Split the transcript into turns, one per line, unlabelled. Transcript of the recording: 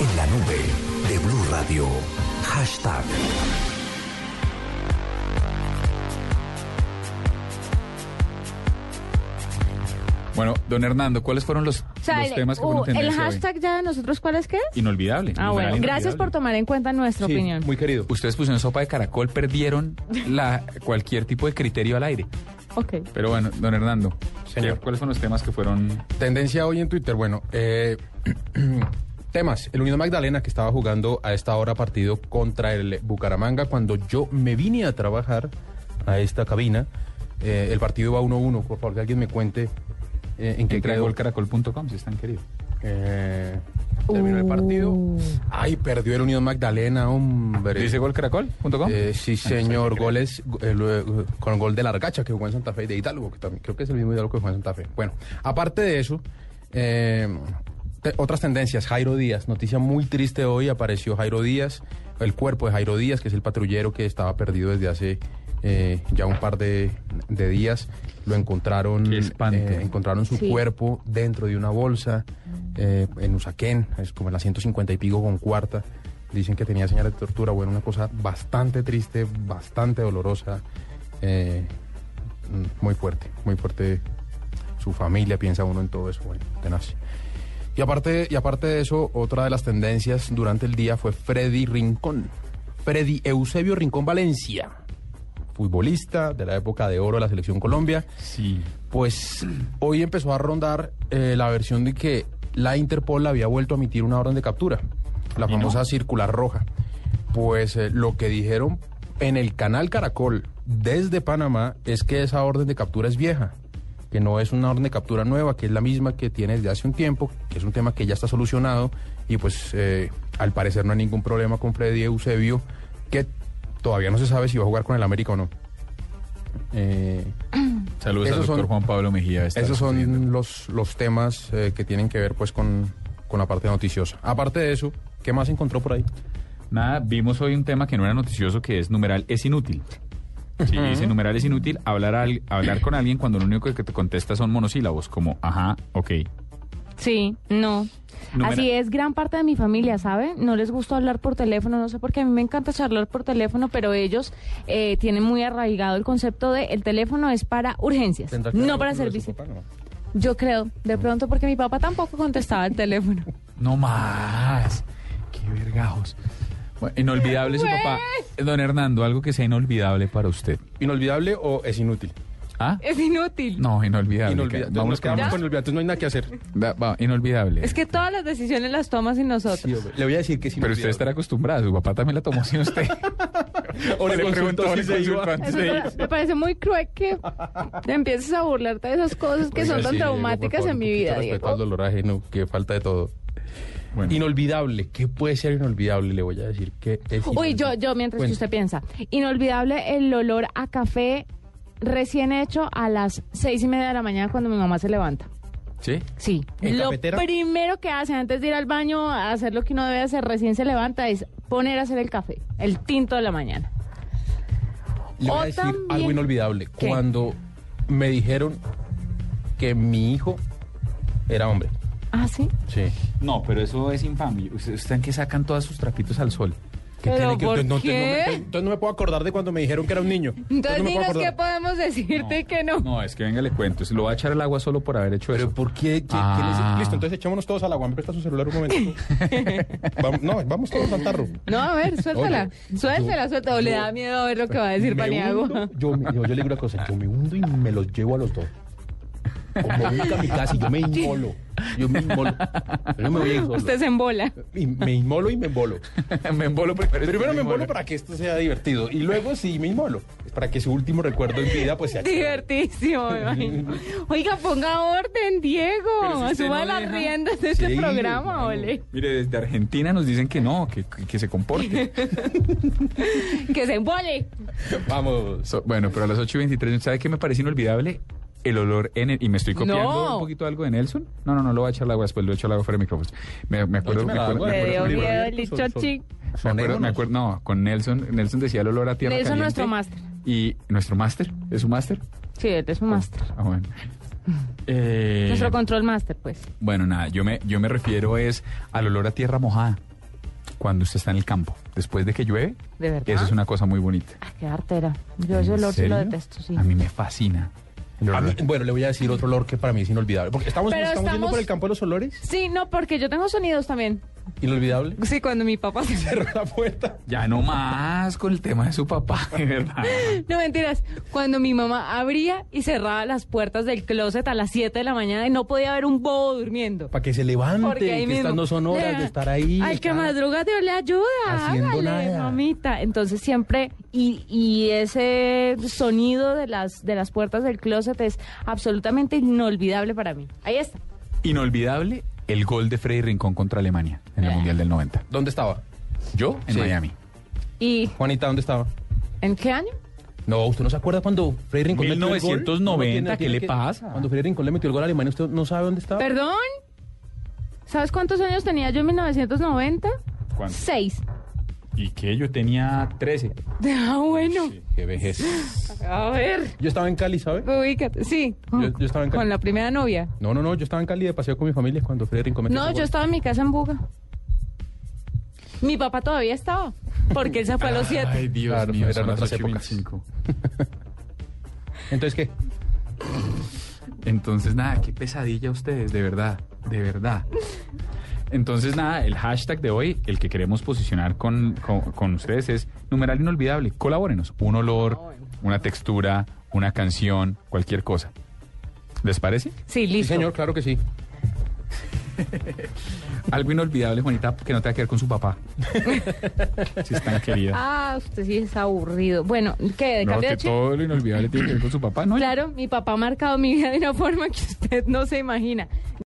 En la nube de Blue Radio. Hashtag.
Bueno, don Hernando, ¿cuáles fueron los,
O sea,
los
el,
temas que
uh,
fueron
el
tendencia hoy?
hashtag ya de nosotros, ¿cuál es que es?
Inolvidable.
ah,
numeral
bueno, gracias
inolvidable.
por tomar en cuenta nuestra
Sí,
opinión.
muy querido.
Ustedes pusieron sopa de caracol, perdieron la, cualquier tipo de criterio al aire.
Ok.
Pero bueno, don Hernando,
Señor.
¿cuáles fueron los temas que fueron
Tendencia hoy en Twitter. Bueno, eh, temas. El Unión Magdalena que estaba jugando a esta hora partido contra el Bucaramanga. Cuando yo me vine a trabajar a esta cabina, eh, el partido va 1-1. Por favor, que alguien me cuente eh, en qué
en
quedó.
caracolcaracol.com, si están queridos?
Eh, terminó el partido. Ay, perdió el Unión Magdalena, hombre.
¿Dice golcaracol.com?
Eh, sí, señor. Goles eh, lo- eh, con gol de Largacha que jugó en Santa Fe y de Hidalgo, que también creo que es el mismo Hidalgo que jugó en Santa Fe. Bueno, aparte de eso, eh, te- otras tendencias. Jairo Díaz, noticia muy triste hoy. Apareció Jairo Díaz, el cuerpo de Jairo Díaz, que es el patrullero que estaba perdido desde hace eh, ya un par de, de días. Lo encontraron,
Qué espanto.
eh, encontraron su
Sí.
cuerpo dentro de una bolsa eh, en Usaquén, es como en la 150 y pico con cuarta. Dicen que tenía señales de tortura. Bueno, una cosa bastante triste, bastante dolorosa, eh, mm, muy fuerte, muy fuerte. Su familia piensa uno en todo eso, bueno, tenaz. Y aparte, y aparte de eso, otra de las tendencias durante el día fue Freddy Rincón. Freddy Eusebio Rincón Valencia, futbolista de la época de oro de la selección Colombia.
Sí.
Pues hoy empezó a rondar eh, la versión de que la Interpol había vuelto a emitir una orden de captura, la
¿Y no?
famosa circular roja. Pues eh, lo que dijeron en el canal Caracol desde Panamá es que esa orden de captura es vieja, que no es una orden de captura nueva, que es la misma que tiene desde hace un tiempo, que es un tema que ya está solucionado y pues eh, al parecer no hay ningún problema con Freddy Eusebio, que todavía no se sabe si va a jugar con el América o no. Eh,
Saludos al
Esos
doctor
son-
Juan Pablo Mejía. está
esos
sufriendo.
son los, los temas eh, que tienen que ver pues con, con la parte noticiosa. Aparte de eso, ¿qué más encontró por ahí?
Nada, vimos hoy un tema que no era noticioso, que es numeral es inútil. Sí, dice numeral es inútil hablar, al- hablar con alguien cuando lo único que te contesta son monosílabos, como ajá, ok.
Sí, no.
Numera-
Así es, gran parte de mi familia, ¿sabe? No les gusta hablar por teléfono, no sé por qué, a mí me encanta charlar por teléfono, pero ellos eh, tienen muy arraigado el concepto de el teléfono es para urgencias, no para servicio. Yo creo, de pronto, porque mi papá tampoco contestaba el teléfono.
No más. Qué vergajos. Bueno, inolvidable su papá. Don Hernando, algo que sea inolvidable para usted.
¿Inolvidable o es inútil?
¿Ah?
Es inútil.
No, inolvidable.
Inolvidable.
Vamos
Nos
con-
quedamos con inolvidable, entonces no hay nada que hacer.
Va- va, inolvidable.
Es que todas las decisiones las tomas sin nosotros.
Le voy a decir que es
Pero usted estará acostumbrada, su papá también la tomó sin usted.
O le
Le preguntó,
preguntó si
le
se iba.
consultó antes
Eso
de
me-
irse.
me parece muy cruel que te empieces a burlarte de esas cosas que son tan traumáticas en mi vida,
Respecto
Diego.
al dolor ajeno, que falta de todo.
Bueno.
Inolvidable. ¿Qué puede ser inolvidable? Le voy a decir que es
Uy,
inolvidable.
yo, yo, mientras que
Cuente.
usted piensa. Inolvidable el olor a café recién hecho a las seis y media de la mañana cuando mi mamá se levanta.
¿Sí?
Sí.
¿En
Lo
cafetera?
primero que hace antes de ir al baño a hacer lo que uno debe hacer recién se levanta es poner a hacer el café, el tinto de la mañana.
Le voy
O
a decir
también-
algo inolvidable.
¿Qué?
Cuando me dijeron que mi hijo era hombre.
Ah, sí.
Sí.
No, pero eso es infame. ¿Ustedes en qué sacan todos sus trapitos al sol?
¿Qué
¿Pero
tiene que-
por
entonces no te- no me-
qué?
entonces no me puedo acordar de cuando me dijeron que era un niño.
Entonces,
no me puedo
dinos qué
acordar.
podemos decirte y qué no.
No, es que venga, le cuento. Se lo va a echar al agua solo por haber hecho
Pero
eso.
¿por qué? ¿Qué- qué
Ah.
les- Listo, entonces echémonos todos al agua. Me presta su celular un momento. vamos, no, vamos todos al tarro.
No, a ver, suéltala.
Oye,
suéltala,
yo-
suéltala. O le da miedo a ver lo que va a decir
Me hundo,
Paniagua.
Yo, me- yo, yo le digo una cosa, yo me hundo y me los llevo a los dos. Como nunca mi casa, yo me inmolo. Yo me inmolo. Yo me voy a ir solo.
Usted se embola.
Y me inmolo y me embolo.
me embolo primero.
Primero me embolo para que esto sea divertido. Y luego sí me inmolo. Para que su último recuerdo en vida pues sea chévere.
Divertísimo, me imagino. Oiga, ponga orden,
Pero
Diego.
si usted
Asuma
no
las
deja.
riendas de este
Sí,
programa,
hermano.
ole.
Mire, desde Argentina nos dicen que no, que, que se comporte.
Que se embole.
Vamos.
So, bueno, pero a las 8 y 23, ¿sabe qué me parece inolvidable? El olor en el... Y me estoy copiando
No.
un poquito algo de Nelson. No, no, no lo voy a echar al agua después, lo echo al agua fuera de micrófono. Me, me acuerdo...
Écheme
Me
al
acuerdo,
agua.
me
Me dio
acuerdo-
Bueno,
miedo el
bueno,
dicho
son- son-
chic.
me acuerdo- me
Sonémonos.
acuerdo- no, con Nelson, Nelson decía el olor a tierra
Nelson,
caliente.
nuestro máster.
Y nuestro máster, ¿es su máster?
Sí, este es un máster.
Ah, bueno. Eh,
Nuestro control master, pues.
Bueno, nada, yo me, yo me refiero es al olor a tierra mojada cuando usted está en el campo. Después de que llueve,
¿De verdad?
esa es una cosa muy bonita.
Ah, qué artera. Yo ese
¿En
olor sí lo
serio?
detesto, sí.
A mí me fascina.
A mí- bueno, le voy a decir otro olor que para mí es inolvidable. Porque estamos,
Pero
estamos, yendo
estamos-
por el campo de los olores.
Sí, no, porque yo tengo sonidos también.
Inolvidable.
Sí, cuando mi papá se...
Cerró la puerta.
Ya no más con el tema de su papá, de verdad.
No mentiras, cuando mi mamá abría y cerraba las puertas del closet a las 7 de la mañana y no podía haber un bobo durmiendo.
Para que se levante,
Porque ahí
que
mismo.
estas no son horas de estar ahí.
Al que
estar-
madruga Dios le ayuda.
haciendo
Hágale,
nada.
mamita. Entonces siempre, y, y ese sonido de las, de las puertas del closet es absolutamente inolvidable para mí. Ahí está.
Inolvidable el gol de Freddy Rincón contra Alemania en el
Ah.
Mundial del 90.
¿Dónde estaba?
Yo en
Sí.
Miami.
¿Y
Juanita, ¿dónde estaba?
en qué año?
No, ¿usted no se acuerda cuando Freddy Rincón metió el gol?
1990,
No, no tiene-
¿qué
tiene
le
que-
pasa?
Cuando Freddy Rincón le metió el gol a Alemania, ¿usted no sabe dónde estaba?
¿Perdón? ¿Sabes cuántos años tenía yo en 1990?
¿Cuántos?
Seis.
Y que yo tenía 13.
Ah, bueno.
Qué vejez.
A ver,
Yo estaba en Cali, ¿sabe?
ubícate. Sí.
Yo- yo estaba en Cali.
Con la primera novia.
No, no, no, yo estaba en Cali de paseo con mi familia cuando Freddy Rincón metió
No,
ese
yo
gol.
estaba en mi casa en Buga. Mi papá todavía estaba, porque él se fue a los siete.
Ay, Dios
Claro,
mío, son
eran
las
otras épocas.
8.25.
Entonces, ¿qué?
Entonces, nada, qué pesadilla ustedes, de verdad, de verdad. Entonces, nada, el hashtag de hoy, el que queremos posicionar con, con- con ustedes es numeral inolvidable. Colabórenos. Un olor, una textura, una canción, cualquier cosa. ¿Les parece?
Sí,
Sí,
listo.
señor, claro que sí.
Algo inolvidable, Juanita, que no tenga que ver con su papá. Si es tan querida.
Ah, usted sí es aburrido. Bueno, ¿qué? ¿De
No,
cambio
que
de chip?
todo lo inolvidable tiene que ver con su papá, ¿no?
Claro, mi papá ha marcado mi vida de una forma que usted no se imagina.